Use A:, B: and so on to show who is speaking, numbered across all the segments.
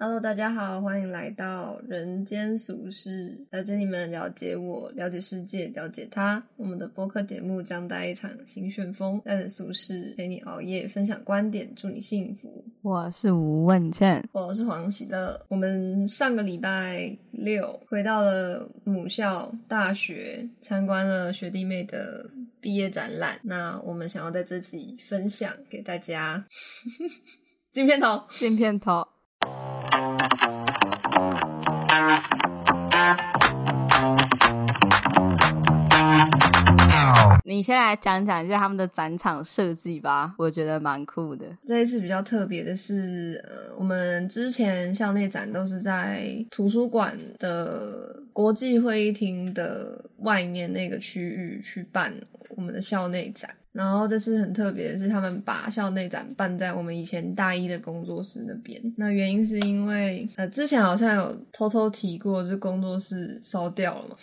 A: Hello，大家好，欢迎来到人间俗世，了解你们，了解我，了解世界，了解他。我们的播客节目将带一场新旋风，带着俗世陪你熬夜，分享观点，祝你幸福。
B: 我是吴问倩，
A: 我是黄喜乐。我们上个礼拜六回到了母校大学，参观了学弟妹的毕业展览。那我们想要在这集分享给大家 金片头。
B: 镜片头。你先来讲讲一下他们的展场设计吧，我觉得蛮酷的。
A: 这一次比较特别的是，呃，我们之前校内展都是在图书馆的国际会议厅的外面那个区域去办我们的校内展。然后这次很特别的是，他们把校内展办在我们以前大一的工作室那边。那原因是因为，呃，之前好像有偷偷提过，就是工作室烧掉了嘛。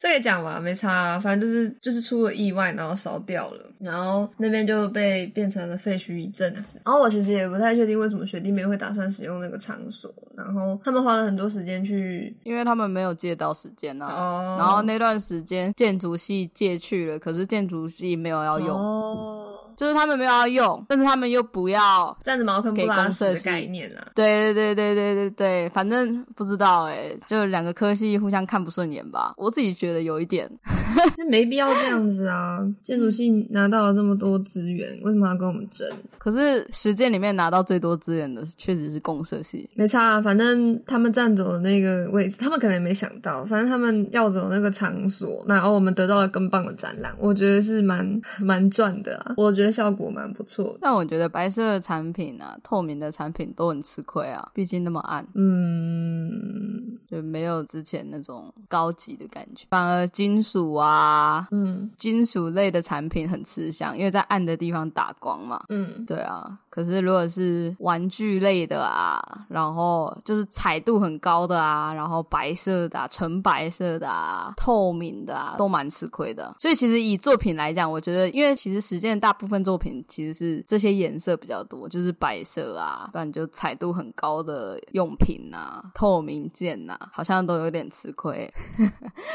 A: 这个讲吧，没差、啊，反正就是就是出了意外，然后烧掉了，然后那边就被变成了废墟一阵子。然后我其实也不太确定为什么学弟妹会打算使用那个场所，然后他们花了很多时间去
B: 因为他们没有借到时间啊。
A: 哦，
B: 然后那段时间建筑系借去了，可是建筑系没有要用，
A: 哦，
B: 就是他们没有要用，但是他们又不要。
A: 站着茅坑不拉屎
B: 给公
A: 的
B: 社系
A: 概念啊，
B: 对对对对对对对，反正不知道哎、就两个科系互相看不顺眼吧。我自己觉得有一点，
A: 那没必要这样子啊！建筑系拿到了这么多资源，为什么要跟我们争？
B: 可是实践里面拿到最多资源的确实是公社系。
A: 没差、啊，反正他们占走的那个位置，他们可能也没想到，反正他们要走那个场所，然后我们得到了更棒的展览，我觉得是蛮蛮赚的啊，我觉得效果蛮不错的。
B: 但我觉得白色的产品啊，透明的产品都很吃亏啊，毕竟那么暗，
A: 嗯
B: 就没有之前那种高级的感觉。反而金属啊，
A: 嗯
B: 金属类的产品很吃香，因为在暗的地方打光嘛。
A: 嗯，
B: 对啊，可是如果是玩具类的啊，然后就是彩度很高的啊，然后白色的、啊、纯白色的啊、透明的啊，都蛮吃亏的。所以其实以作品来讲，我觉得，因为其实实践大部分作品其实是这些颜色比较多，就是白色啊，不然就彩度很高的用品啊、透明件呐、好像都有点吃亏。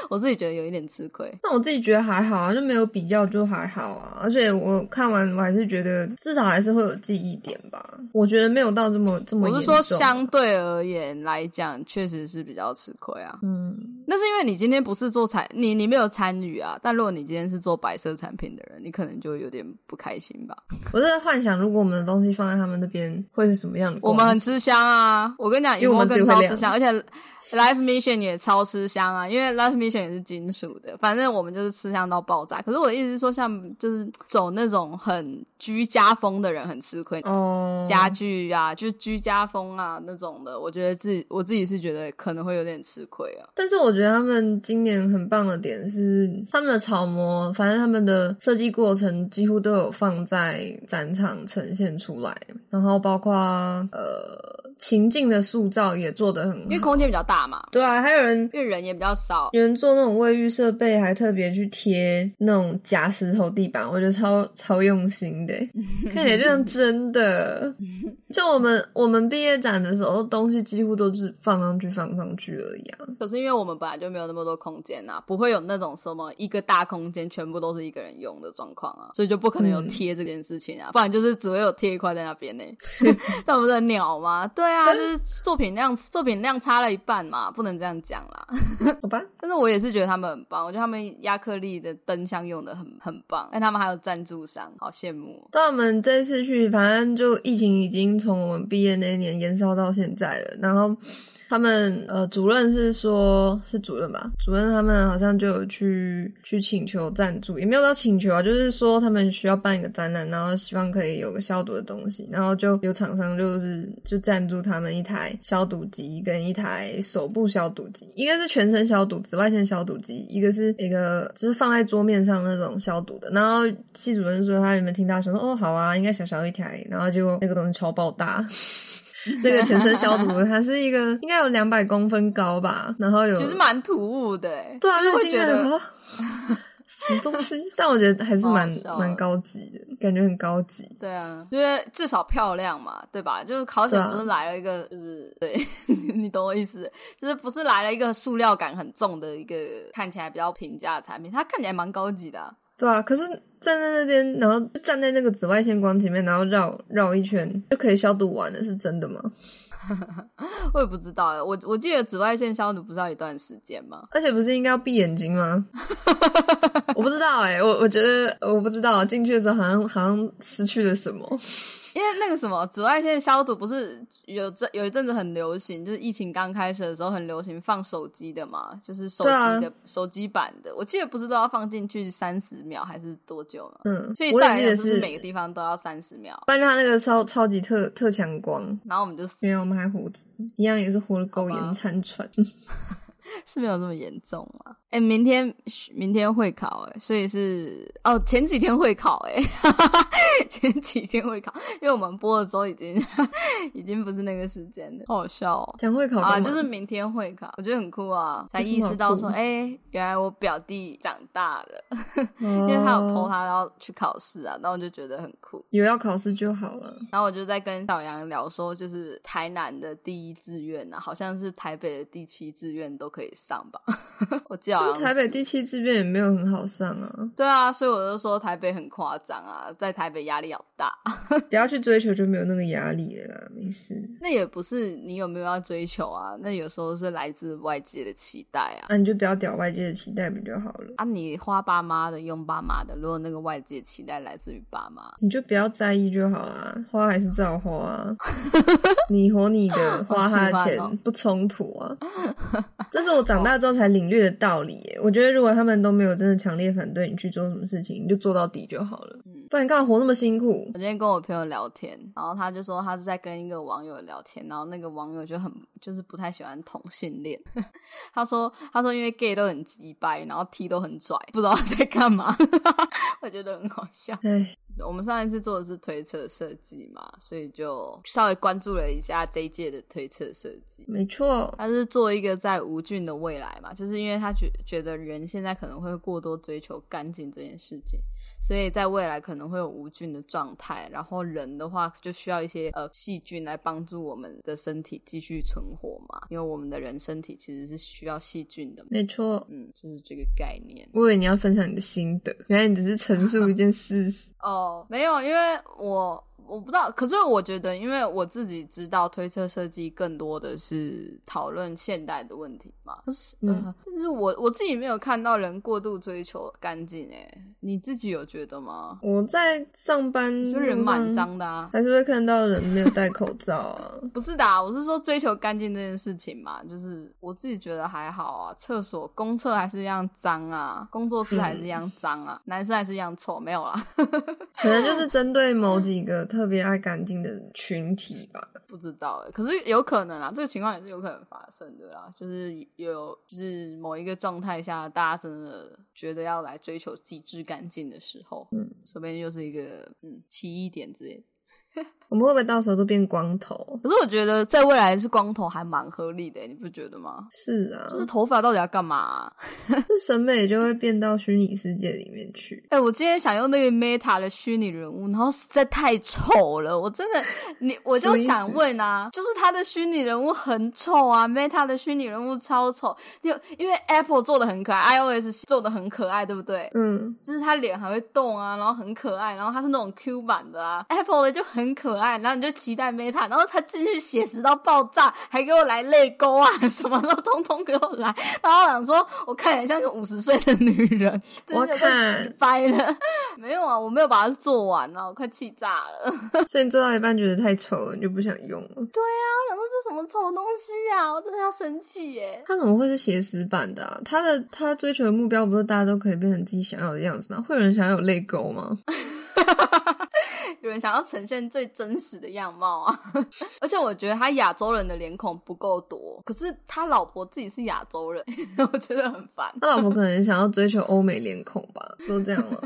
B: 我自己觉得有一点吃亏。
A: 那我自己觉得还好啊，就没有比较就还好啊，而且我看完我还是觉得至少还是会有记忆点吧，我觉得没有到这么这么
B: 我
A: 严
B: 是
A: 重啊。
B: 说，相对而言来讲，确实是比较吃亏啊。
A: 嗯，
B: 那是因为你今天不是做产，你你没有参与啊。但如果你今天是做白色产品的人，你可能就有点不开心吧。
A: 我在幻想如果我们的东西放在他们那边会是什么样的
B: 我
A: 光景。
B: 们很吃香啊，我跟你讲，
A: 因为我们自
B: 荧光
A: 己会
B: 更超
A: 亮
B: 吃香，而且 Life Mission 也超吃香啊，因为 Life Mission 也是金属的，反正我们就是吃香到爆炸。可是我的意思是说，像就是走那种很居家风的人很吃亏。
A: 哦，
B: 家具啊，就是居家风啊那种的，我觉得自己我自己是觉得可能会有点吃亏啊。
A: 但是我觉得他们今年很棒的点是，他们的草模，反正他们的设计过程几乎都有放在展场呈现出来，然后包括呃情境的塑造也做得很
B: 因为
A: 好。
B: 空间比较大嘛，
A: 对啊，还有人
B: 因为人也比较少，
A: 有人做那种卫浴设备，还特别去贴那种假石头地板，我觉得超超用心 的，欸看起来就像真的。就我们我们毕业展的时候，东西几乎都是放上去放上去而已啊。
B: 可是因为我们本来就没有那么多空间呐、不会有那种什么一个大空间全部都是一个人用的状况啊，所以就不可能有
A: 嗯
B: 贴这件事情啊，不然就是只会有贴一块在那边呢、这样不是很鸟吗？对啊，就是作品量作品量差了一半嘛，不能这样讲啦。
A: 好吧，
B: 但是我也是觉得他们很棒，我觉得他们亚克力的灯箱用的很很棒，但他们还有赞助商，好羡慕哦。
A: 但我们这一次去，反正就疫情已经从我们毕业那一年延烧到现在了。然后他们呃，主任是说，是主任吧？主任他们好像就有去去请求赞助，也没有到请求啊，就是说他们需要办一个展览，然后希望可以有个消毒的东西，然后就有厂商就是就赞助他们一台消毒机跟一台手部消毒机，一个是全身消毒、紫外线消毒机，一个是一个就是放在桌面上那种消毒的。然后系主任说他有没有听到，想说哦好啊，应该小小一台，然后结果那个东西超爆大。 那个全身消毒的，它是一个应该有两百公分高吧，然后有
B: 其实蛮突兀的、欸，
A: 对啊，
B: 就是
A: 那
B: 会
A: 惊
B: 觉
A: 人
B: 得
A: 啊什么东西？但我觉得还是蛮
B: 好笑啊
A: 蛮高级的，感觉很高级。
B: 对啊，因为至少漂亮嘛，对吧？就是考
A: 对
B: 选
A: 啊
B: 不是来了一个，就是对， 你懂我意思，就是不是来了一个塑料感很重的一个看起来比较平价的产品，它看起来蛮高级的啊、
A: 对啊，可是站在那边，然后站在那个紫外线光前面，然后绕绕一圈就可以消毒完了，是真的吗？
B: 我也不知道哎，我我记得紫外线消毒不是要一段时间吗？
A: 而且不是应该要闭眼睛吗？我不知道哎、我我觉得我不知道，进去的时候好像好像失去了什么。
B: 因为那个什么紫外线消毒不是有这有一阵子很流行，就是疫情刚开始的时候很流行放手机的嘛，就是手机
A: 对啊
B: 的、手机版的，我记得不是都要放进去三十秒还是多久吗？
A: 嗯，
B: 所以
A: 我
B: 再
A: 也记
B: 来
A: 得
B: 就是
A: 是，
B: 每个地方都要三十秒，
A: 不然他那个超超级特特强光，
B: 然后我们就死
A: 没有，我们还活着，一样也是活得苟
B: 好吧
A: 延残喘。
B: 是没有这么严重啊。哎、明天明天会考哎、所以是哦，前几天会考哎、 前几天会考，因为我们播的时候已经 已经不是那个时间了，好好笑哦。
A: 讲会考
B: 啊，
A: 干嘛
B: 就是明天会考，我觉得很酷啊，才
A: 有什
B: 意
A: 么好
B: 识到
A: 酷哦
B: 说，哎、原来我表弟长大了，
A: 因
B: 因为他有 PO 他要去考试啊，那我就觉得很酷。
A: 有要考试就好了。
B: 然后我就在跟小杨聊说，就是台南的第一志愿啊，好像是台北的第七志愿都可以上吧， 我记得好
A: 就是
B: 像是
A: 台北第七志愿也没有很好上啊，
B: 对啊，所以我就说台北很夸张啊，在台北压力好大。啊
A: 不要去追求就没有那个压力了啦，没事。
B: 那也不是你有没有要追求啊，那有时候是来自外界的期待啊。
A: 那、你就不要屌外界的期待不就好了？
B: 啊，你花爸妈的，用爸妈的，如果那个外界期待来自于爸妈，
A: 你就不要在意就好啦，花还是照花 啊，你活你的，花他的
B: 好喜欢哦
A: 钱不冲突 啊。这是我长大之后才领略的道理耶。我觉得如果他们都没有真的强烈反对你去做什么事情，你就做到底就好了，
B: 嗯
A: 不然你干嘛活那么辛苦
B: 我？今天跟我朋友聊天，然后他就说他是在跟一个网友聊天，然后那个网友就很就是不太喜欢同性恋， 他说他说因为 gay 都很鸡掰，然后 T 都很拽，不知道在干嘛， 我觉得很好笑。
A: 哎，
B: 我们上一次做的是推测设计嘛，所以就稍微关注了一下这一届的推测设计。
A: 没错，
B: 他是做一个在无菌的未来嘛，就是因为他觉觉得人现在可能会过多追求干净这件事情，所以在未来可能会有无菌的状态。然后人的话就需要一些呃细菌来帮助我们的身体继续存活嘛，因为我们的人身体其实是需要细菌的嘛。
A: 没错。
B: 嗯，就是这个概念。
A: 我以为你要分享你的心得，原来你只是陈述一件事 实。
B: 哦，没有，因为我我不知道，可是我觉得，因为我自己知道推测设计更多的是讨论现代的问题嘛，可是，
A: 嗯
B: 呃但是我我自己没有看到人过度追求干净，诶，你自己有觉得吗？
A: 我在上班
B: 就人
A: 路上
B: 蛮脏的啊。
A: 还是会看到人没有戴口罩 啊。
B: 不是的啊、我是说追求干净这件事情嘛，就是我自己觉得还好啊。厕所、公厕还是一样脏啊，工作室还是一样脏啊，男生还是一样丑，没有啦。
A: 可能就是针对某几个特别爱干净的群体吧。
B: 不知道哎，可是有可能啊，这个情况也是有可能发生的啦。就是有，就是某一个状态下，大家真的觉得要来追求极致干净的时候，
A: 嗯，
B: 说不定又是一个嗯奇异点之类的。
A: 我们会不会到时候都变光头？
B: 可是我觉得在未来是光头还蛮合理的欸，你不觉得吗？
A: 是啊，
B: 就是头发到底要干嘛啊、
A: 这审美就会变到虚拟世界里面去。
B: 哎、我今天想用那个 Meta 的虚拟人物，然后实在太丑了，我真的，你我
A: 什
B: 就
A: 么意思
B: 想问啊，就是他的虚拟人物很丑啊，Meta 的虚拟人物超丑，就因为 Apple 做的很可爱，iOS 做的很可爱，对不对？
A: 嗯，
B: 就是他脸还会动啊，然后很可爱，然后他是那种 Q 版的啊，Apple 的就很可爱，然后你就期待 Meta，然后他继续写实到爆炸，还给我来泪沟啊，什么都通通给我来，然后我想说，我看起来像个五十岁的女人，真
A: 我
B: 的有够
A: 看
B: 鸡掰了，没有啊，我没有把它做完啊，我快气炸了，我
A: 所以你做到一半觉得太丑了，你就不想用了。
B: 想说这什么丑东西啊，我真的要生气耶。
A: 它怎么会是写实版的、啊？它的它追求的目标不是大家都可以变成自己想要的样子吗？会有人想要有泪沟吗？
B: 有人想要呈现最真实的样貌啊， 而且我觉得他亚洲人的脸孔不够多，可是他老婆自己是亚洲人， 我觉得很烦。
A: 他老婆可能想要追求欧美脸孔吧，都这样了。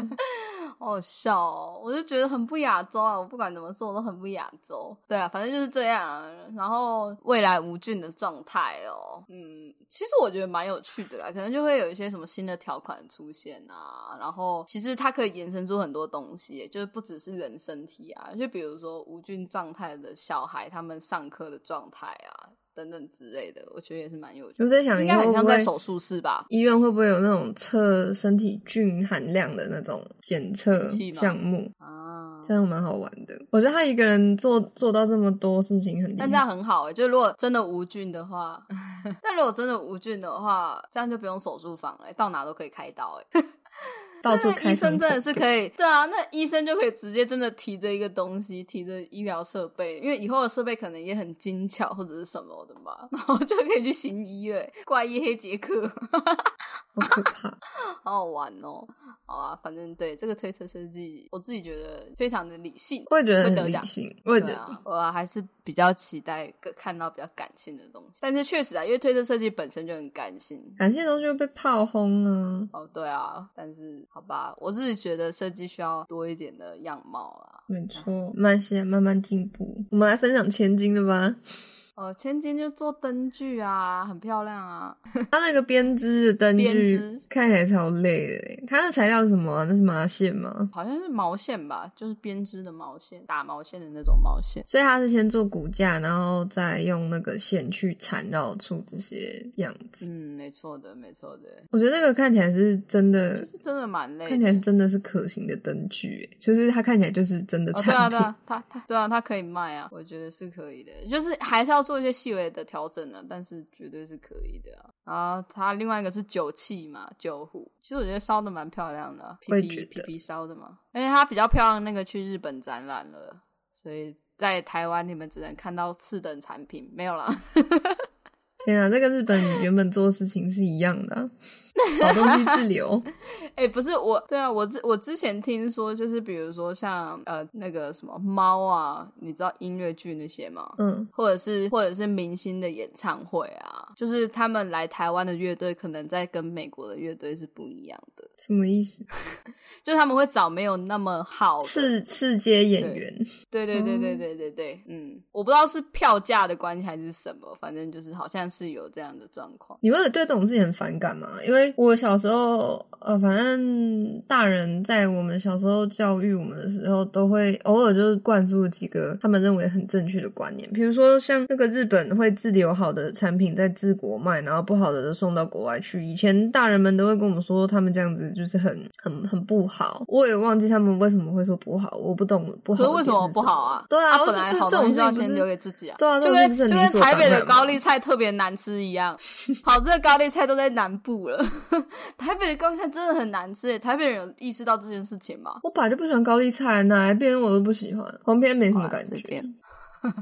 B: 好好笑哦！我就觉得很不亚洲啊！我不管怎么做，我都很不亚洲。对啊，反正就是这样啊。然后未来无菌的状态哦，嗯，其实我觉得蛮有趣的啦，可能就会有一些什么新的条款出现啊。然后其实它可以延伸出很多东西，就是不只是人身体啊，就比如说无菌状态的小孩他们上课的状态啊。等等之类的，我觉得也是蛮有趣的。
A: 我在想
B: 应该很
A: 以后
B: 像
A: 会不会
B: 在手术室吧？
A: 医院会不会有那种测身体菌含量的那种检测
B: 仪器吗
A: 项目？
B: 啊，
A: 这样蛮好玩的。我觉得他一个人做做到这么多事情很厉
B: 但这
A: 害。
B: 样很好哎、欸，就如果真的无菌 的话，但如果真的无菌的话，这样就不用手术房了、欸，到哪都可以开刀哎、欸。
A: 到处
B: 那
A: 开
B: 医生
A: 伤
B: 真的
A: 口
B: 是
A: 对
B: 可以，对啊，那医生就可以直接真的提着一个东西，提着医疗设备，因为以后的设备可能也很精巧或者是什么的嘛， 然后就可以去行医了欸、挂一黑杰克，
A: 好可怕。
B: 好好玩哦。好啊，反正对这个推车设计，我自己觉得非常的理性。
A: 我也觉得
B: 会
A: 很
B: 得
A: 理
B: 奖
A: 性，我也觉
B: 对
A: 得。
B: 啊，我还是比较期待个看到比较感性的东西。但是确实啊，因为推特设计本身就很感性。
A: 感谢东西会被炮轰啊，
B: 哦，对啊，但是好吧，我自己觉得设计需要多一点的样貌啦。
A: 没错，慢些，慢慢进步。我们来分享千金的吧，
B: 哦，千金就做灯具啊，很漂亮啊。
A: 它那个编织的灯
B: 编
A: 具
B: 织
A: 看起来超累的欸，它的材料是什么啊、那是麻线吗？
B: 好像是毛线吧，就是编织的毛线，打毛线的那种毛线。
A: 所以它是先做骨架，然后再用那个线去缠绕出这些样子。
B: 嗯，没错的，没错的，
A: 我觉得那个看起来是真的
B: 就，是真的蛮累 的。
A: 看起来是真的是可行的灯具欸，就是它看起来就是真的
B: 哦，对啊，
A: 产
B: 对
A: 品。
B: 啊，他他对啊，他可以卖啊，我觉得是可以的，就是还是要做一些细微的调整的、但是绝对是可以的啊。然后它另外一个是酒器嘛，酒壶，其实我觉得烧的蛮漂亮的、啊，皮
A: 我也觉
B: 皮
A: 得
B: 皮皮烧的嘛，而且它比较漂亮，那个去日本展览了，所以在台湾你们只能看到次等产品，没有啦。
A: 天啊，这跟日本原本做的事情是一样的啊、好东西 自留。
B: 哎、不是我，对啊，我之我之前听说，就是比如说像呃那个什么猫啊，你知道音乐剧那些吗？
A: 嗯，
B: 或者是或者是明星的演唱会啊，就是他们来台湾的乐队，可能在跟美国的乐队是不一样的，
A: 什么意思？
B: 就是他们会找没有那么好的，
A: 次次接演员，
B: 对对对对对对对，嗯，我不知道是票价的关系还是什么，反正就是好像是有这样的状况。
A: 你会对这种事情很反感吗？因为我小时候，呃，反正大人在我们小时候教育我们的时候，都会偶尔就是灌输几个他们认为很正确的观念，比如说像那个日本会自留好的产品在自国卖，然后不好的就送到国外去。以前大人们都会跟我们说，他们这样子就是很很很不好。我也忘记他们为什么会说不好，我不懂不好
B: 可
A: 的点
B: 是为
A: 是什
B: 什么不好啊？
A: 对啊，
B: 他本来
A: 这
B: 好
A: 这
B: 东
A: 种事
B: 西就要
A: 情不
B: 先
A: 是
B: 留给自己啊。
A: 对啊，
B: 就
A: 这种事情
B: 跟
A: 不很
B: 就是
A: 理所
B: 跟台北
A: 当
B: 的
A: 然
B: 高
A: 吗
B: 丽菜特别难吃一 样，好，这个高丽菜都在南部了。 台北的高丽菜真的很难吃欸耶，台北人有意识到这件事情吗？
A: 我本来就不喜欢高丽菜，哪来边我都不喜欢，黄片没什么
B: 好啦
A: 感
B: 随
A: 觉。
B: 便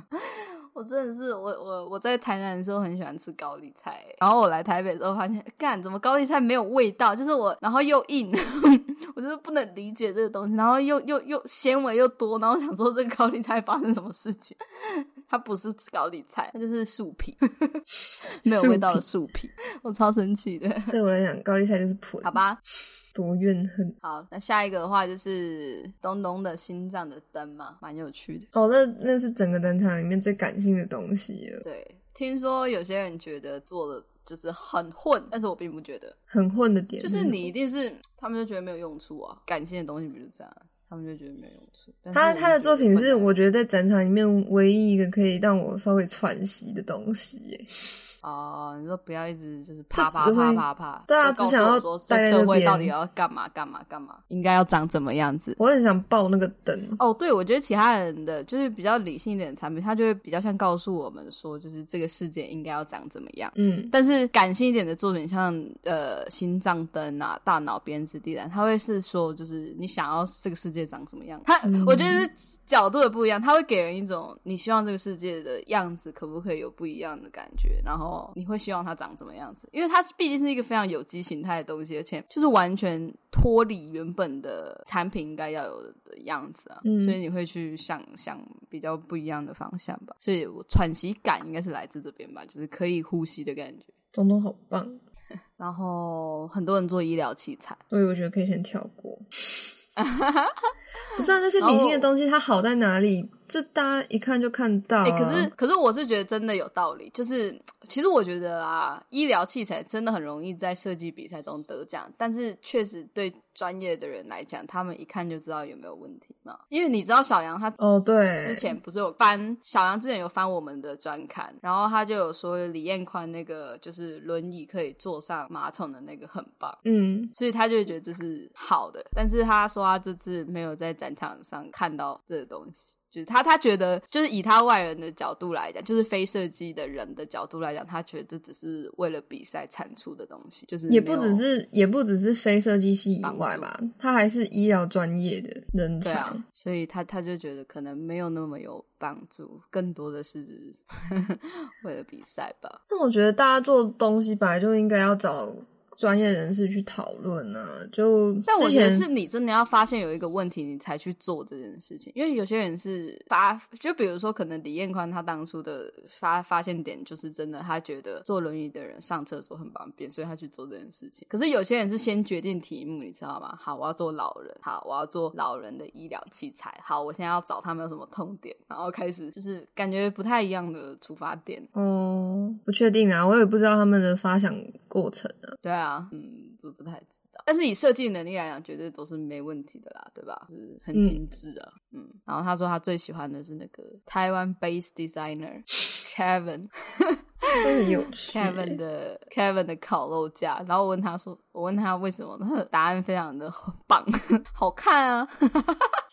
B: 我真的是，我我我在台南的时候很喜欢吃高丽菜，欸然后我来台北之后发现，干怎么高丽菜没有味道？就是我，然后又硬， 我就是不能理解这个东西，然后又又又纤维又多，然后我想说这个高丽菜发生什么事情？ 它不是高丽菜，它就是树皮， 没有味道的树皮，我超生气的。
A: 对我来讲，高丽菜就是普，
B: 好吧，
A: 多怨恨。
B: 好，那下一个的话就是东东的心脏的灯嘛，蛮有趣的。
A: 哦，那那是整个展场里面最感性的东西了，
B: 对，听说有些人觉得做的就是很混，但是我并不觉得，
A: 很混的点。
B: 就是，你一定是他们就觉得没有用处啊，感性的东西不就这样啊，他们就觉得没有用处。但是
A: 他
B: 我就
A: 他的
B: 觉
A: 作
B: 得
A: 品
B: 混
A: 是
B: 啊
A: 我觉得在展场里面唯一一个可以让我稍微喘息的东西耶。
B: 哦，你说不要一直就是啪
A: 就只
B: 啪啪
A: 会
B: 啪啪，
A: 对啊
B: 就告
A: 只
B: 诉
A: 想
B: 我
A: 要
B: 说
A: 待
B: 这
A: 在
B: 社
A: 那
B: 会到底
A: 边
B: 要干嘛干嘛干嘛，应该要长怎么样子。
A: 我很想爆那个灯，
B: 哦，对，我觉得其他人的就是比较理性一点的产品，它就会比较像告诉我们说，就是这个世界应该要长怎么样。
A: 嗯，
B: 但是感性一点的作品，像呃心脏灯啊、大脑编织地毯，它会是说，就是你想要这个世界长什么样？它、
A: 嗯
B: 我觉得是角度也不一样，它会给人一种你希望这个世界的样子可不可以有不一样的感觉，然后你会希望它长什么样子？因为它毕竟是一个非常有机形态的东西，而且就是完全脱离原本的产品应该要有的样子啊，
A: 嗯
B: 所以你会去想想比较不一样的方向吧。所以我喘息感应该是来自这边吧，就是可以呼吸的感觉。
A: 东东好棒，
B: 然后很多人做医疗器材，
A: 所以我觉得可以先跳过。不是啊，那些
B: 然后
A: 理性的东西它好在哪里？这大家一看就看到、啊
B: 哎、可是可是我是觉得真的有道理，就是其实我觉得啊，医疗器材真的很容易在设计比赛中得奖，但是确实对专业的人来讲，他们一看就知道有没有问题嘛。因为你知道小杨他
A: 哦，对，
B: 之前不是有翻小杨之前有翻我们的专刊，然后他就有说李彦宽那个就是轮椅可以坐上马桶的那个很棒。
A: 嗯，
B: 所以他就会觉得这是好的，但是他说他这次没有在展场上看到这个东西，就是他他觉得就是以他外人的角度来讲，就是非设计的人的角度来讲，他觉得这只是为了比赛产出的东西，就是
A: 也
B: 没有
A: 不只是也不只是非设计系以外
B: 帮助
A: 吧，他还是医疗专业的人
B: 对
A: 才。
B: 啊，所以他他就觉得可能没有那么有帮助，更多的是 为了比赛吧。
A: 但我觉得大家做东西本来就应该要找专业人士去讨论啊。就
B: 但我
A: 之
B: 觉得
A: 前
B: 是你真的要发现有一个问题，你才去做这件事情。因为有些人是发，就比如说可能李彦宽他当初的发发现点就是真的，他觉得坐轮椅的人上厕所很方便，所以他去做这件事情。可是有些人是先决定题目，你知道吗？好，我要做老人，好，我要做老人的医疗器材，好，我现在要找他们有什么痛点，然后开始就是感觉不太一样的出发点。
A: 哦，不确定啊，我也不知道他们的发想过程啊。
B: 对啊，嗯，不不太知道。但是以设计能力来讲，绝对都是没问题的啦，对吧？就是很精致啊，嗯然后他说他最喜欢的是那个台湾 base designer Kevin
A: 真的 很有趣、欸
B: Kevin 的 Kevin 的烤肉架。然后我问他说，我问他为什么，他的答案非常的棒， 好看啊，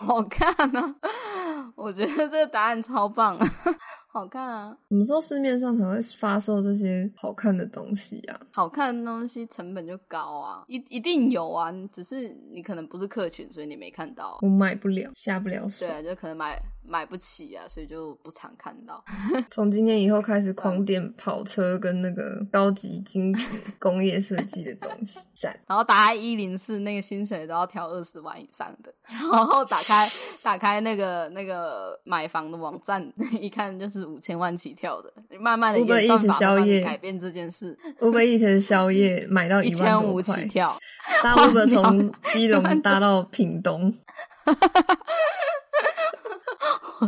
B: 好看啊， 我觉得这个答案超棒，啊 好看啊。
A: 什么时候市面上才会发售这些好看的东西啊？
B: 好看的东西成本就高啊，一一定有啊，只是你可能不是客群，所以你没看到。啊
A: 我买不了，下不了手
B: 对。啊，就可能买买不起啊，所以就不常看到。
A: 从今天以后开始狂点跑车跟那个高级精品工业设计的东西， 赞！
B: 然后打开一零四，那个薪水都要挑二十万以上的。 然后打开打开那个那个买房的网站， 一看就是五千万起跳的。慢慢的
A: Uber
B: 演算
A: Eats
B: 法慢慢
A: 宵
B: 地
A: 夜
B: 改变这件事，
A: u b e 的宵夜买到
B: 一
A: 一
B: 千
A: 万多
B: 五
A: 块
B: 起，跳。
A: 大 Uber 从基隆搭到屏 东，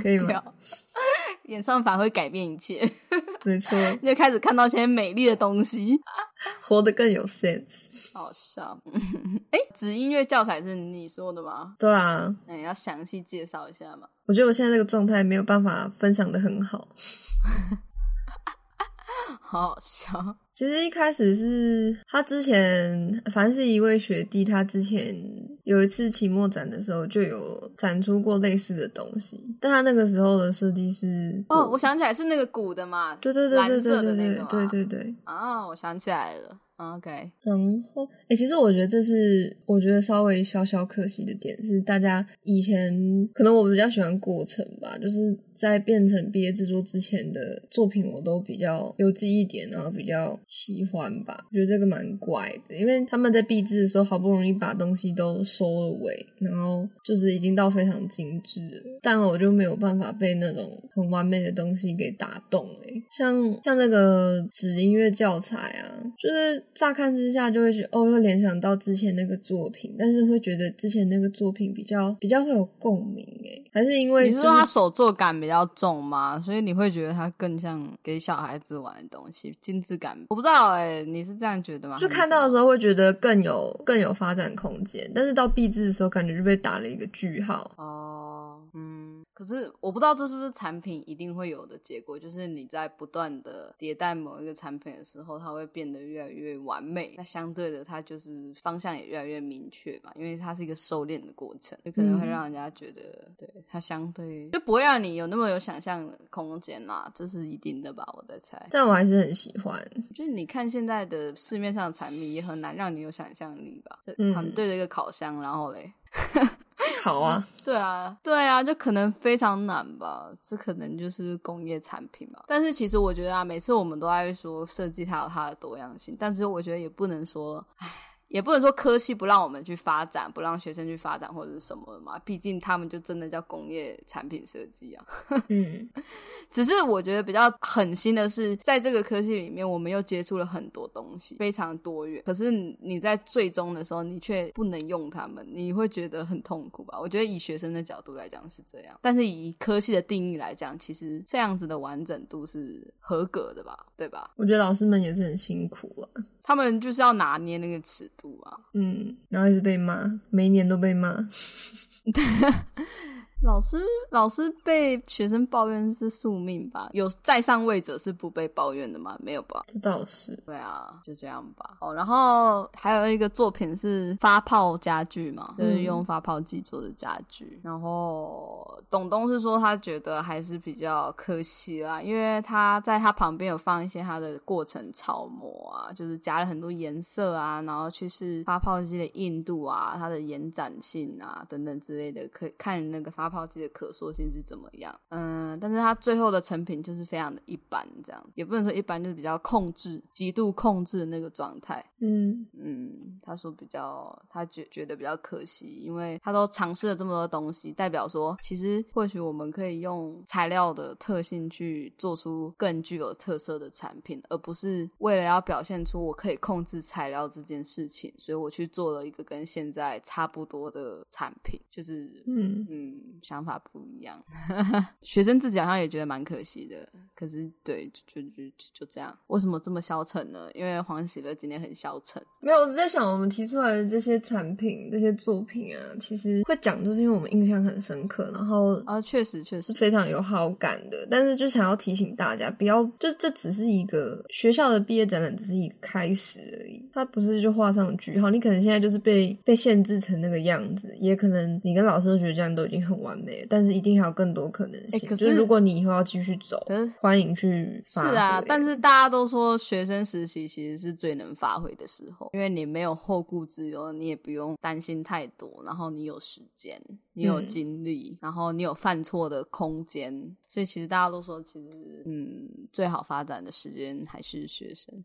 A: 可以吗？
B: 跳 演算法会改变一切，
A: 没错，
B: 你就开始看到一些美丽的东西。
A: 活得更有 sense。
B: 好笑。 哎、指音乐教材是你说的吗？
A: 对啊，
B: 那、你要详细介绍一下嘛。
A: 我觉得我现在这个状态没有办法分享的很好。
B: 好好 笑。
A: 其实一开始是他之前，反正是一位学弟，他之前有一次期末展的时候就有展出过类似的东西，但他那个时候的设计是
B: 哦，我想起来是那个鼓的嘛。
A: 对对对对
B: 蓝
A: 对
B: 色
A: 对
B: 的那
A: 对
B: 个嘛
A: 对对对。
B: 啊，我想起来了。啊 OK，
A: 然后，哎、其实我觉得这是我觉得稍微小小可惜的点是，大家以前可能我比较喜欢过程吧，就是在变成毕业制作之前的作品，我都比较有记忆点，然后比较喜欢吧。我觉得这个蛮怪的，因为他们在毕制的时候好不容易把东西都收了尾，然后就是已经到非常精致了，但我就没有办法被那种很完美的东西给打动、欸。像像那个纸音乐教材啊，就是乍看之下就会觉得哦，又联想到之前那个作品，但是会觉得之前那个作品比较比较会有共鸣诶、还是因为、
B: 你
A: 就是是
B: 说它手作感比较重吗？所以你会觉得它更像给小孩子玩的东西，精致感。我不知道哎、你是这样觉得吗？
A: 就看到的时候会觉得更有更有发展空间，但是到毕制的时候感觉就被打了一个句号。
B: 哦，嗯，可是我不知道这是不是产品一定会有的结果，就是你在不断的迭代某一个产品的时候，它会变得越来越完美。那相对的，它就是方向也越来越明确嘛，因为它是一个收敛的过程，就可能会
A: 嗯
B: 让人家觉得，对它相对就不会让你有那么有想象的空间啦，这是一定的吧？我在猜，
A: 但我还是很喜欢，
B: 就是你看现在的市面上的产品也很难让你有想象力吧？就
A: 嗯
B: 好，你对着一个烤箱，然后嘞。
A: 好啊，
B: 对啊，对啊，就可能非常难吧，这可能就是工业产品吧。但是其实我觉得啊，每次我们都爱说设计它有它的多样性，但是我觉得也不能说，唉。也不能说科系不让我们去发展，不让学生去发展或者是什么嘛，毕竟他们就真的叫工业产品设计啊。
A: 嗯，
B: 只是我觉得比较狠心的是，在这个科系里面，我们又接触了很多东西，非常多元。可是你在最终的时候，你却不能用它们，你会觉得很痛苦吧？我 觉得以学生的角度来讲是这样，但是以科系的定义来讲，其实这样子的完整度是合格的吧？对吧？
A: 我觉得老师们也是很辛苦啊了。
B: 他们就是要拿捏那个尺度啊。
A: 嗯，然后一直被骂，每一年都被骂。
B: 老师，老师被学生抱怨是宿命吧？有在上位者是不被抱怨的吗？没有吧？
A: 这倒是，
B: 对啊，就这样吧。哦，然后还有一个作品是发泡家具嘛，就是用发泡机做的家具。然后董东是说他觉得还是比较可惜啦，因为他在他旁边有放一些他的过程草模啊，就是加了很多颜色啊，然后去是发泡机的硬度啊、它的延展性啊等等之类的，可看那个发泡机的可塑性是怎么样。嗯，但是它最后的成品就是非常的一般，这样也不能说一般，就是比较控制、极度控制的那个状态。
A: 嗯
B: 嗯，他说比较，他觉觉得比较可惜，因为他都尝试了这么多东西，代表说其实或许我们可以用材料的特性去做出更具有特色的产品，而不是为了要表现出我可以控制材料这件事情，所以我去做了一个跟现在差不多的产品，就是
A: 嗯，
B: 嗯，想法不一样。 学生自己好像也觉得蛮可惜的，可是对，就就就就这样。为什么这么消沉呢？因为黄喜乐今天很消沉。
A: 没有，我在想我们提出来的这些产品、这些作品啊，其实会讲，就是因为我们印象很深刻，然后
B: 啊，确实确
A: 是
B: 实，
A: 非常有好感的，但是就想要提醒大家，不要，就这只是一个学校的毕业展览，只是一个开始而已，它不是就画上句号。你可能现在就是被被限制成那个样子，也可能你跟老师和学长都已经很完美了，但是一定还有更多可能性。
B: 欸可
A: 就是如果你以后要继续走，
B: 可是
A: 欢迎去
B: 是
A: 发挥
B: 啊，但是大家都说学生时期其实是最能发挥的时候，因为你没有后顾之忧，你也不用担心太多，然后你有时间，你有
A: 嗯
B: 精力，然后你有犯错的空间，所以其实大家都说，其实嗯，最好发展的时间还是学生。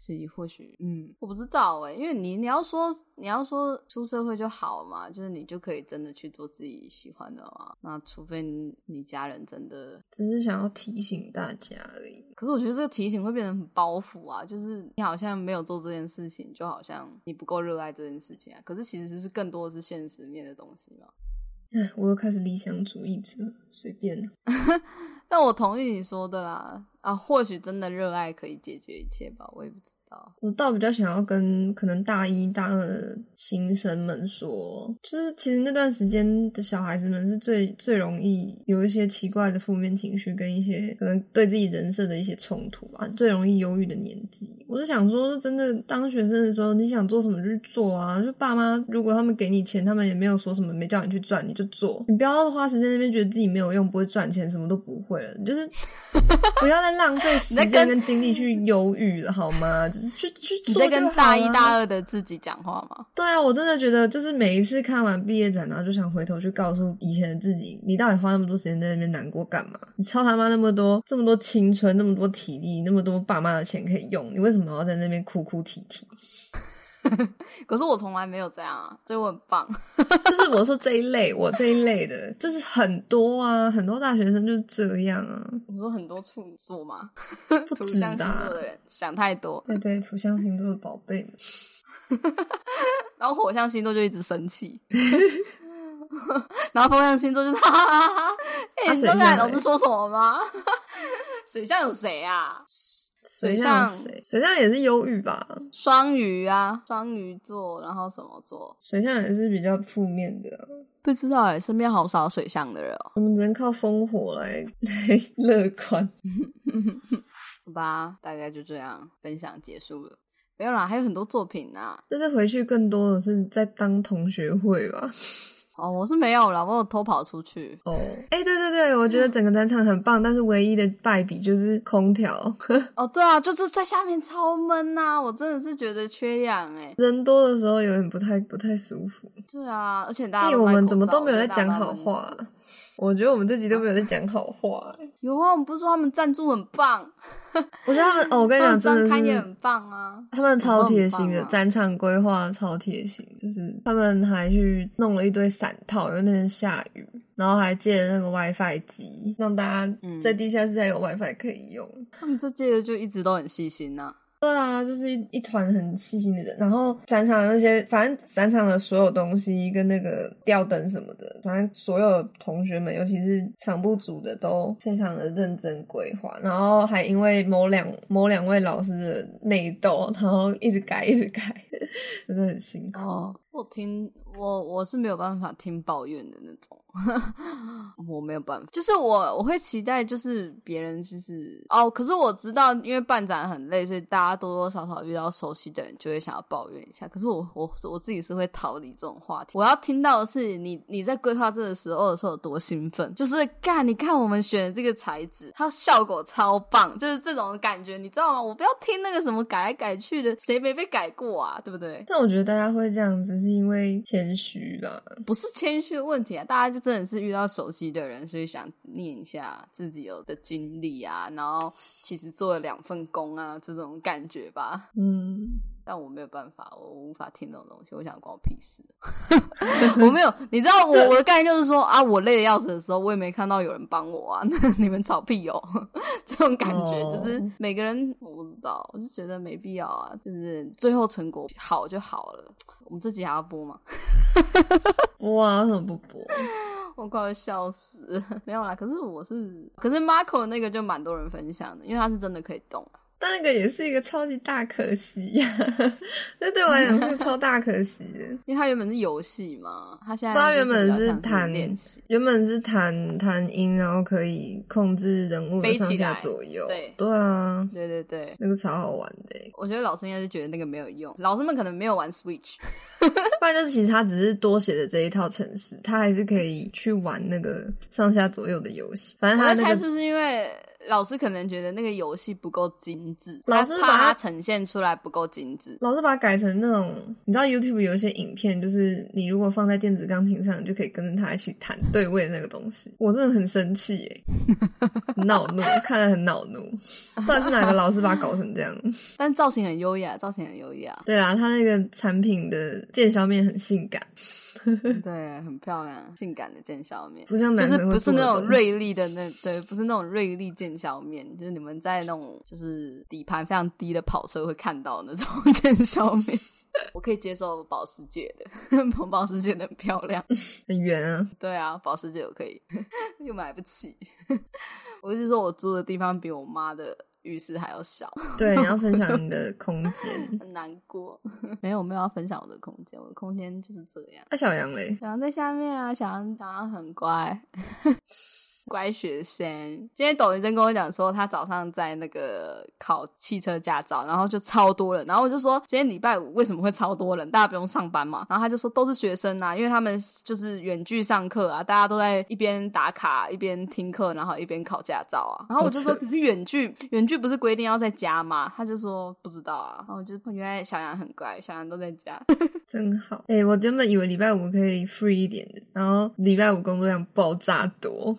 B: 所以或许，嗯，我不知道哎、因为你你要说你要说出社会就好嘛，就是你就可以真的去做自己喜欢的嘛。那除非你你家人真的
A: 只是想要提醒大家而已。
B: 可是我觉得这个提醒会变成很包袱啊，就是你好像没有做这件事情，就好像你不够热爱这件事情啊。可是其实是更多的是现实面的东西嘛。
A: 唉，我又开始理想主义者，随便了。
B: 但我同意你说的啦，啊，或许真的热爱可以解决一切吧，我也不知道。
A: 我倒比较想要跟可能大一、大二的新生们说，就是其实那段时间的小孩子们是最最容易有一些奇怪的负面情绪，跟一些可能对自己人设的一些冲突吧，最容易忧郁的年纪。我是想说，真的当学生的时候，你想做什么就去做啊！就爸妈如果他们给你钱，他们也没有说什么，没叫你去赚，你就做，你不要花时间在那边觉得自己没有用，不会赚钱，什么都不会了，你就是 不要再浪费时
B: 你在
A: 间
B: 跟
A: 跟精力去忧郁了，好 吗？就是去去
B: 你
A: 做
B: 在
A: 就
B: 跟
A: 好
B: 大一
A: 啊
B: 大二的自己讲话吗？
A: 对啊，我真的觉得就是每一次看完毕业展，然后就想回头去告诉以前的自己，你到底花那么多时间在那边难过干嘛？你操他妈那么多这么多青春，那么多体力，那么多爸妈的钱可以用，你为什么还要在那边哭哭啼啼？
B: 可是我从来没有这样啊，所以我很棒。
A: 就是我说这一类，我这一类的，就是很多啊，很多大学生就是这样 啊，
B: 我说很多处女座嘛，
A: 不
B: 土
A: 止
B: 象
A: 的
B: 星
A: 啊、
B: 座的人想太多，
A: 对对，土象星座的宝贝们，
B: 然后火象星座就一直生气， 然后风象星座就是哈哈哈哈，哎、
A: 啊
B: 你
A: 水
B: 刚才
A: 象
B: 老师
A: 嘞
B: 说什么吗？ 水象有谁啊？
A: 水
B: 水
A: 象
B: 象
A: 谁？水象也是忧郁吧？
B: 双鱼啊，双鱼座，然后什么座？
A: 水象也是比较负面的啊、
B: 不知道哎、身边好少水象的人哦。
A: 我们只能靠烽火来 来乐观。
B: 好吧，大概就这样，分享结束了。没有啦，还有很多作品啊。
A: 这次回去更多的是在当同学会吧。
B: 哦，我是没有啦，我有偷跑出去。
A: 哦，哎，对对对，我觉得整个展场很棒，但是唯一的败笔就是空调，
B: 哦，对啊，就是在下面超闷呐、我真的是觉得缺氧哎、
A: 人多的时候有点不太不太舒服。
B: 对啊，而且大
A: 哎、
B: 家都
A: 我
B: 戴
A: 们
B: 口
A: 怎么
B: 罩
A: 都没有
B: 我
A: 在
B: 觉得大家
A: 讲
B: 都
A: 好
B: 闷
A: 话
B: 死
A: 啊、我觉得我们自己都没有在讲好话、欸。
B: 有啊，我们不是说他们赞助很棒，
A: 我觉得他们，哦，我跟你
B: 他
A: 讲，
B: 们
A: 真的
B: 专
A: 是
B: 刊也很棒啊。
A: 他们超贴心
B: 什么
A: 的，
B: 很棒啊
A: 展场规划超贴心，就是他们还去弄了一堆伞套，因为那天下雨，然后还借了那个 WiFi 机，让大家
B: 嗯
A: 在地下室还有 WiFi 可以用。
B: 他们这届就一直都很细心呐、
A: 对啊，就是一一团很细心的人，然后展场那些，反正展场的所有东西跟那个吊灯什么的，反正所有同学们，尤其是场部组的，都非常的认真规划，然后还因为某两某两位老师的内斗，然后一直改一直改， 真的很辛苦。
B: 哦，我听我我是没有办法听抱怨的那种， 我没有办法，就是我我会期待就是别人就是哦，可是我知道因为办展很累，所以大家多多少少遇到熟悉的人就会想要抱怨一下。可是我我我自己是会逃离这种话题，我要听到的是你你在规划这个时候的时候有多兴奋，就是干你看我们选的这个材质，它效果超棒，就是这种感觉，你知道吗？我不要听那个什么改来改去的，谁没被改过啊，对不对？
A: 但我觉得大家会这样子，是因为谦虚吧。
B: 不是谦虚的问题啊，大家就真的是遇到熟悉的人，所以想念一下自己有的经历啊，然后其实做了两份工啊，这种感觉吧。
A: 嗯，
B: 但我没有办法，我无法听这种东西，我想关我屁事。我没有，你知道我我的概念就是说啊，我累得要死的时候，我也没看到有人帮我啊， 那你们吵屁哦， 这种感觉、
A: 哦
B: 就是每个人我不知道，我就觉得没必要啊，就是最后成果好就好了。我们这集还要播吗？
A: 哇，为什么啊不播？
B: 我快要笑死， 没有啦。可是我是，可是 Marco 那个就蛮多人分享的，因为他是真的可以动啊。
A: 但那个也是一个超级大可惜呀、 那对我来讲是个超大可惜的。
B: 因为他原本是游戏嘛，他现在
A: 对他
B: 就是
A: 原本
B: 比较
A: 是
B: 像
A: 弹
B: 练习，
A: 原本是弹弹音，然后可以控制人物的
B: 飞起
A: 上下
B: 来
A: 左右。
B: 对
A: 啊，
B: 对对对。
A: 那个超好玩 的欸。
B: 我觉得老师应该是觉得那个没有用，老师们可能没有玩 Switch，
A: 不然就是其实他只是多写的这一套程式，他还是可以去玩那个上下左右的游戏。反正
B: 我
A: 他
B: 在
A: 那
B: 猜
A: 个
B: 是不是因为老师可能觉得那个游戏不够精致，
A: 老师
B: 他
A: 把
B: 怕
A: 它
B: 它呈现出来不够精致。
A: 老是把它改成那种，你知道 YouTube 有一些影片，就是你如果放在电子钢琴上，你就可以跟着它一起弹对位的那个东西。我真的很生气耶，很恼怒，看了很恼怒。到底是哪个老师把它搞成这样？，
B: 但造型很优雅，造型很优雅
A: 对啊，他那个产品的见小面很性感，
B: 对，很漂亮，性感的见笑面。
A: 不像
B: 就
A: 男
B: 是
A: 生会
B: 不是
A: 做的
B: 那种
A: 东
B: 锐
A: 西。
B: 利的那对，不是那种锐利剑削面，就是你们在那种就是底盘非常低的跑车会看到的那种剑削面。我可以接受保时捷的，保时捷的很漂亮。
A: 很圆 啊，
B: 对啊，保时捷我可以，又买不起。我是说我住的地方比我妈的浴室还要小，
A: 对，你要分享你的空间。
B: 很难过。 没有，没有要分享我的空间，我的空间就是这样。
A: 那、小杨嘞，
B: 小杨在下面啊，小杨小杨很乖， 乖学生。今天董宇臻跟我讲说，他早上在那个考汽车驾照，然后就超多人，然后我就说今天礼拜五为什么会超多人？大家不用上班嘛？然后他就说都是学生啊，因为他们就是远距上课啊，大家都在一边打卡一边听课，然后一边考驾照啊。然后我就说，
A: 好扯
B: 可是远距远距不是规定要在家吗？他就说不知道啊。然后我就原来小杨很乖，小杨都在家。
A: 真好。哎、我原本以为礼拜五可以 free 一点的，然后礼拜五工作量爆炸多，。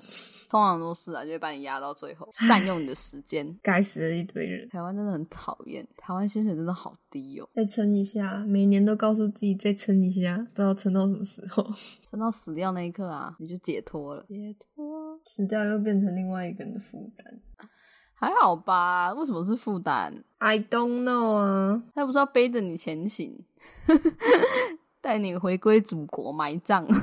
B: 通常都是啊，就会把你压到最后，善用你的时间
A: 该死的一堆人。
B: 台湾真的很讨厌，台湾薪水真的好低哦，
A: 再撑一下，每年都告诉自己再撑一下，不知道撑到什么时候，
B: 撑到死掉那一刻啊，你就解脱了。解脱
A: 死掉又变成另外一个人的负担。
B: 还好吧？为什么是负担？
A: I don't know 啊，
B: 他又不是要背着你前行， 带你回归祖国埋葬。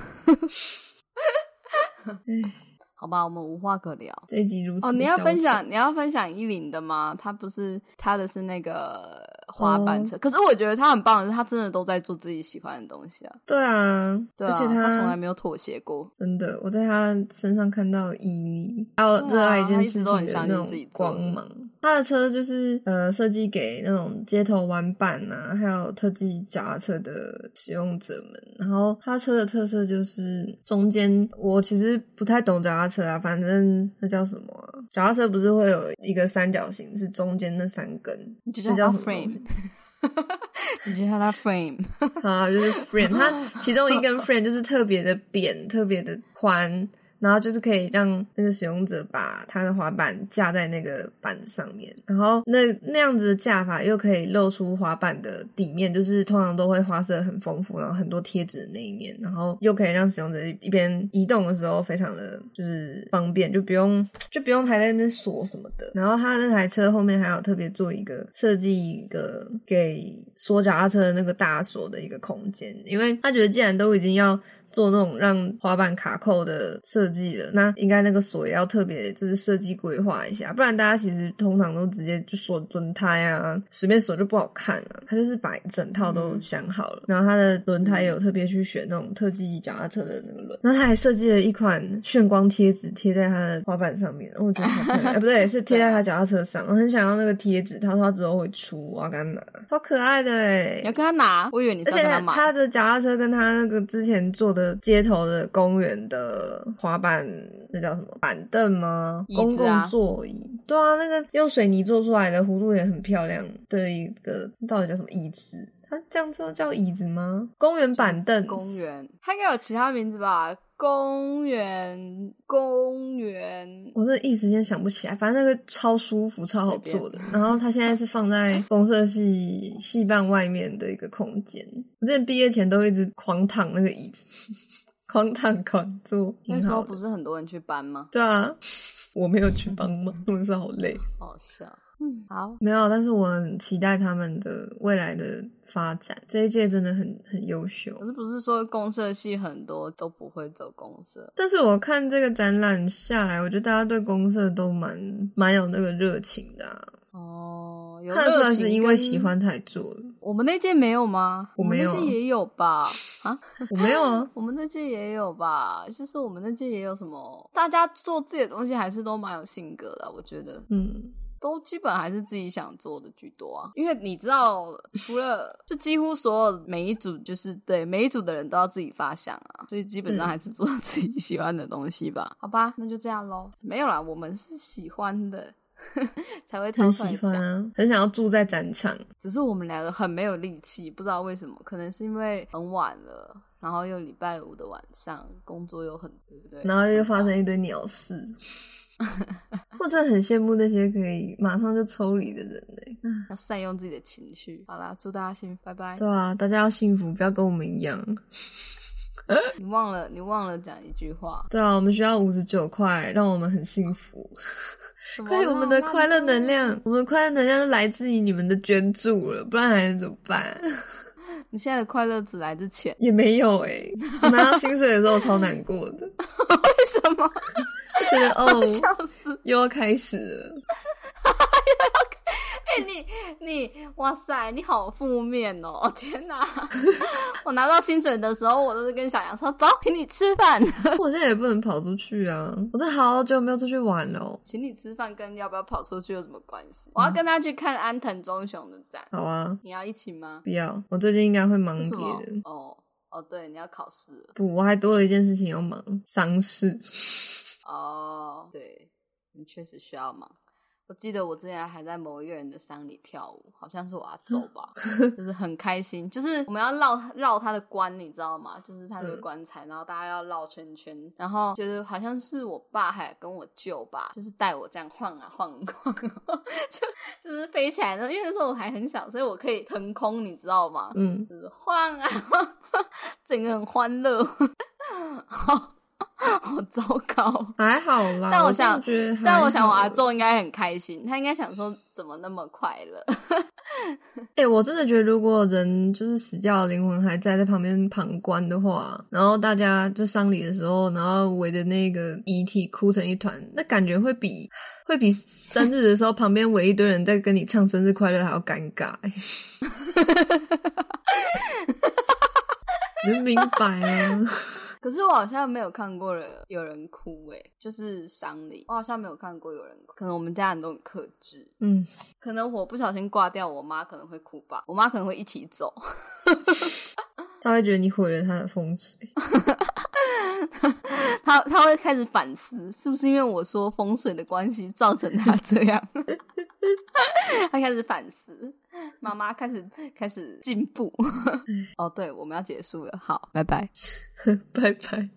B: 好吧，我们无话可聊。
A: 这一集如此
B: 哦，你要
A: 消
B: 分
A: 沉
B: 享你要分享依林的吗？他不是他的是那个
A: 哦
B: 滑板车，可是我觉得他很棒的是，他真的都在做自己喜欢的东西啊。
A: 对啊，
B: 对、啊，
A: 而且
B: 他从来
A: 他
B: 没有妥协过。
A: 真的，我在他身上看到毅力，还有
B: 对
A: 热
B: 啊
A: 爱一件
B: 他一
A: 事
B: 直
A: 情
B: 都很
A: 的
B: 相信
A: 那种
B: 自己做
A: 光芒。他的车就是呃设计给那种街头玩板啊，还有特技脚踏车的使用者们。然后他车的特色就是中间，我其实不太懂脚踏车啊，反正那叫什么啊、脚踏车不是会有一个三角形，是中间那三根，
B: 你就
A: 那
B: 叫
A: 叫
B: 他
A: 什么东
B: frame，
A: 西？
B: 你就叫 他 frame，
A: 啊，就是 friend，它其中一根 friend 就是特别的扁，特别的宽，然后就是可以让那个使用者把他的滑板架在那个板子上面，然后那那样子的架法又可以露出滑板的底面，就是通常都会花色很丰富，然后很多贴纸的那一面，然后又可以让使用者一边移动的时候非常的就是方便，就不用就不用还在那边锁什么的。然后他那台车后面还有特别做一个设计一个给锁脚踏车的那个大锁的一个空间，因为他觉得既然都已经要做那种让滑板卡扣的设计了，那应该那个锁也要特别就是设计规划一下，不然大家其实通常都直接就锁轮胎啊，随便锁就不好看了、他就是把一整套都想好了，然后他的轮胎也有特别去选那种特技脚踏车的那个轮，然后他还设计了一款炫光贴纸贴在他的滑板上面，我觉得超可爱，哎不对，是贴在他脚踏车上，我很想要那个贴纸，他说他之后会出，我要跟他拿，超可爱的哎、
B: 你要跟他拿，我以为你是
A: 而
B: 要
A: 且
B: 跟
A: 他
B: 买。
A: 他的脚踏车跟他那个之前做的街头的公园的滑板，那叫什么板凳吗？
B: 椅
A: 公
B: 子啊
A: 共座椅。对啊，那个用水泥做出来的弧度也很漂亮的一个，到底叫什么椅子？它这样做叫椅子吗？公园板凳。
B: 公园，它应该有其他名字吧？公园，公园，
A: 我真的一时间想不起来，反正那个超舒服、超好坐的。然后它现在是放在公社系系办外面的一个空间。我之前毕业前都一直狂躺那个椅子， 狂躺狂坐，
B: 那
A: 挺
B: 时候
A: 好
B: 不
A: 的。
B: 是很多人去搬吗？
A: 对啊，我没有去帮忙，真的是好累。
B: 好笑。嗯，好，
A: 没有，但是我很期待他们的未来的发展。这一届真的很很优秀
B: 可。是不是说公社系很多都不会走公社？
A: 但是我看这个展览下来，我觉得大家对公社都蛮蛮有那个热情的、啊，
B: 哦，有
A: 看得出来
B: 热情
A: 是因为
B: 跟
A: 喜欢才做的。
B: 我们那届没有吗？
A: 我没有啊
B: 们那届也 有吧？啊，
A: 我没有啊，
B: 我们那届也有吧？就是我们那届也有什么，大家做自己的东西还是都蛮有性格的，我觉得
A: 嗯，
B: 都基本还是自己想做的居多啊。因为你知道，除了就几乎所有每一组就是对每一组的人都要自己发想啊，所以基本上
A: 嗯
B: 还是做自己喜欢的东西吧。好吧，那就这样喽。没有啦，我们是喜欢的。 才会掏
A: 很
B: 出来
A: 喜欢
B: 讲。
A: 啊，很想要住在展场。
B: 只是我们两个很没有力气，不知道为什么，可能是因为很晚了，然后又礼拜五的晚上工作又很，对不对？
A: 然后又发生一堆鸟事。我真的很羡慕那些可以马上就抽离的人呢、
B: 要善用自己的情绪。好啦，祝大家幸福，拜拜。
A: 对啊，大家要幸福，不要跟我们一样。
B: 你忘了，你忘了讲一句话，
A: 对啊，我们需要五十九块，让我们很幸福。
B: 什么
A: 快，我们的快乐能，量，我们快乐能量就来自于你们的捐助了，不然还能怎么办？，
B: 你现在的快乐只来自钱
A: 也没有哎、我拿到薪水的时候我超难过的，
B: 为什么？，
A: 觉得哦
B: 笑死！
A: 又要开始了。
B: 哎、你你，哇塞，你好负面哦！天哪，我拿到薪水的时候，我都是跟小杨说，走，请你吃饭。
A: 我现在也不能跑出去啊，我真的好久没有出去玩了哦。
B: 请你吃饭跟要不要跑出去有什么关系？我要跟他去看安藤忠雄的展，
A: 好啊，
B: 你要一起吗？
A: 不要，我最近应该会忙
B: 为什
A: 别
B: 么
A: 的。？
B: 哦哦，对，你要考试了
A: 不，我还多了一件事情要忙，丧事。
B: 哦，对，你确实需要忙。我记得我之前还在某一个人的丧礼跳舞，好像是我阿周吧，就是很开心，就是我们要绕绕他的棺，你知道吗？就是他的
A: 嗯
B: 棺材，然后大家要绕圈圈，然后就是好像是我爸还跟我舅吧，就是带我这样晃啊晃啊晃 啊，就就是飞起来的，因为那时候我还很小，所以我可以腾空，你知道吗？
A: 嗯，
B: 就是晃啊， 整个很欢乐， 好 好糟糕。
A: 还好啦。
B: 但我
A: 我
B: 想
A: 真的觉得还好，
B: 但我想我啊阿仲应该很开心，他应该想说怎么那么快乐？
A: 哎、我真的觉得，如果人就是死掉的灵魂还在在旁边旁观的话，然后大家就丧礼的时候，然后围着那个遗体哭成一团，那感觉会比会比生日的时候旁边围一堆人在跟你唱生日快乐还要尴尬、欸。 能明白啊？
B: 可是我好像没有看过人有人哭诶、就是丧礼，我好像没有看过有人哭。可能我们家人都很克制，
A: 嗯，
B: 可能我不小心挂掉，我妈可能会哭吧，我妈可能会一起走。
A: 他会觉得你毁了他的风水。
B: 他他会开始反思，是不是因为我说风水的关系造成他这样？ 他开始反思，妈妈开始开
A: 嗯
B: 始进步。哦，对，我们要结束了，好，拜拜。
A: 拜拜。